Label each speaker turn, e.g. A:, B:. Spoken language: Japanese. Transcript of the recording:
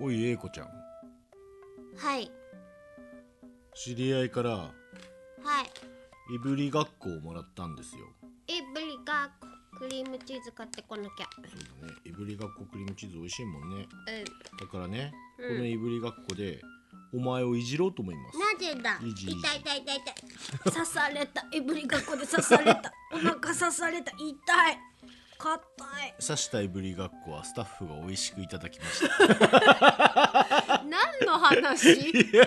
A: おい英子ちゃん
B: はい
A: 知り合いから
B: はい
A: いぶりがっこをもらったんですよ
B: いぶりがっこクリームチーズ買ってこなきゃ
A: そうだねいぶりがっこクリームチーズ美味しいもんね
B: う
A: だからね、
B: うん
A: このいぶりがっこでお前をいじろうと思います
B: なぜだ
A: いじい
B: 痛
A: じ
B: い痛い痛い痛い 刺されたいぶりがっこで刺されたお腹刺された痛い硬い
A: 刺したいぶりがっこはスタッフが美味しくいただきました
B: 何の話
A: いや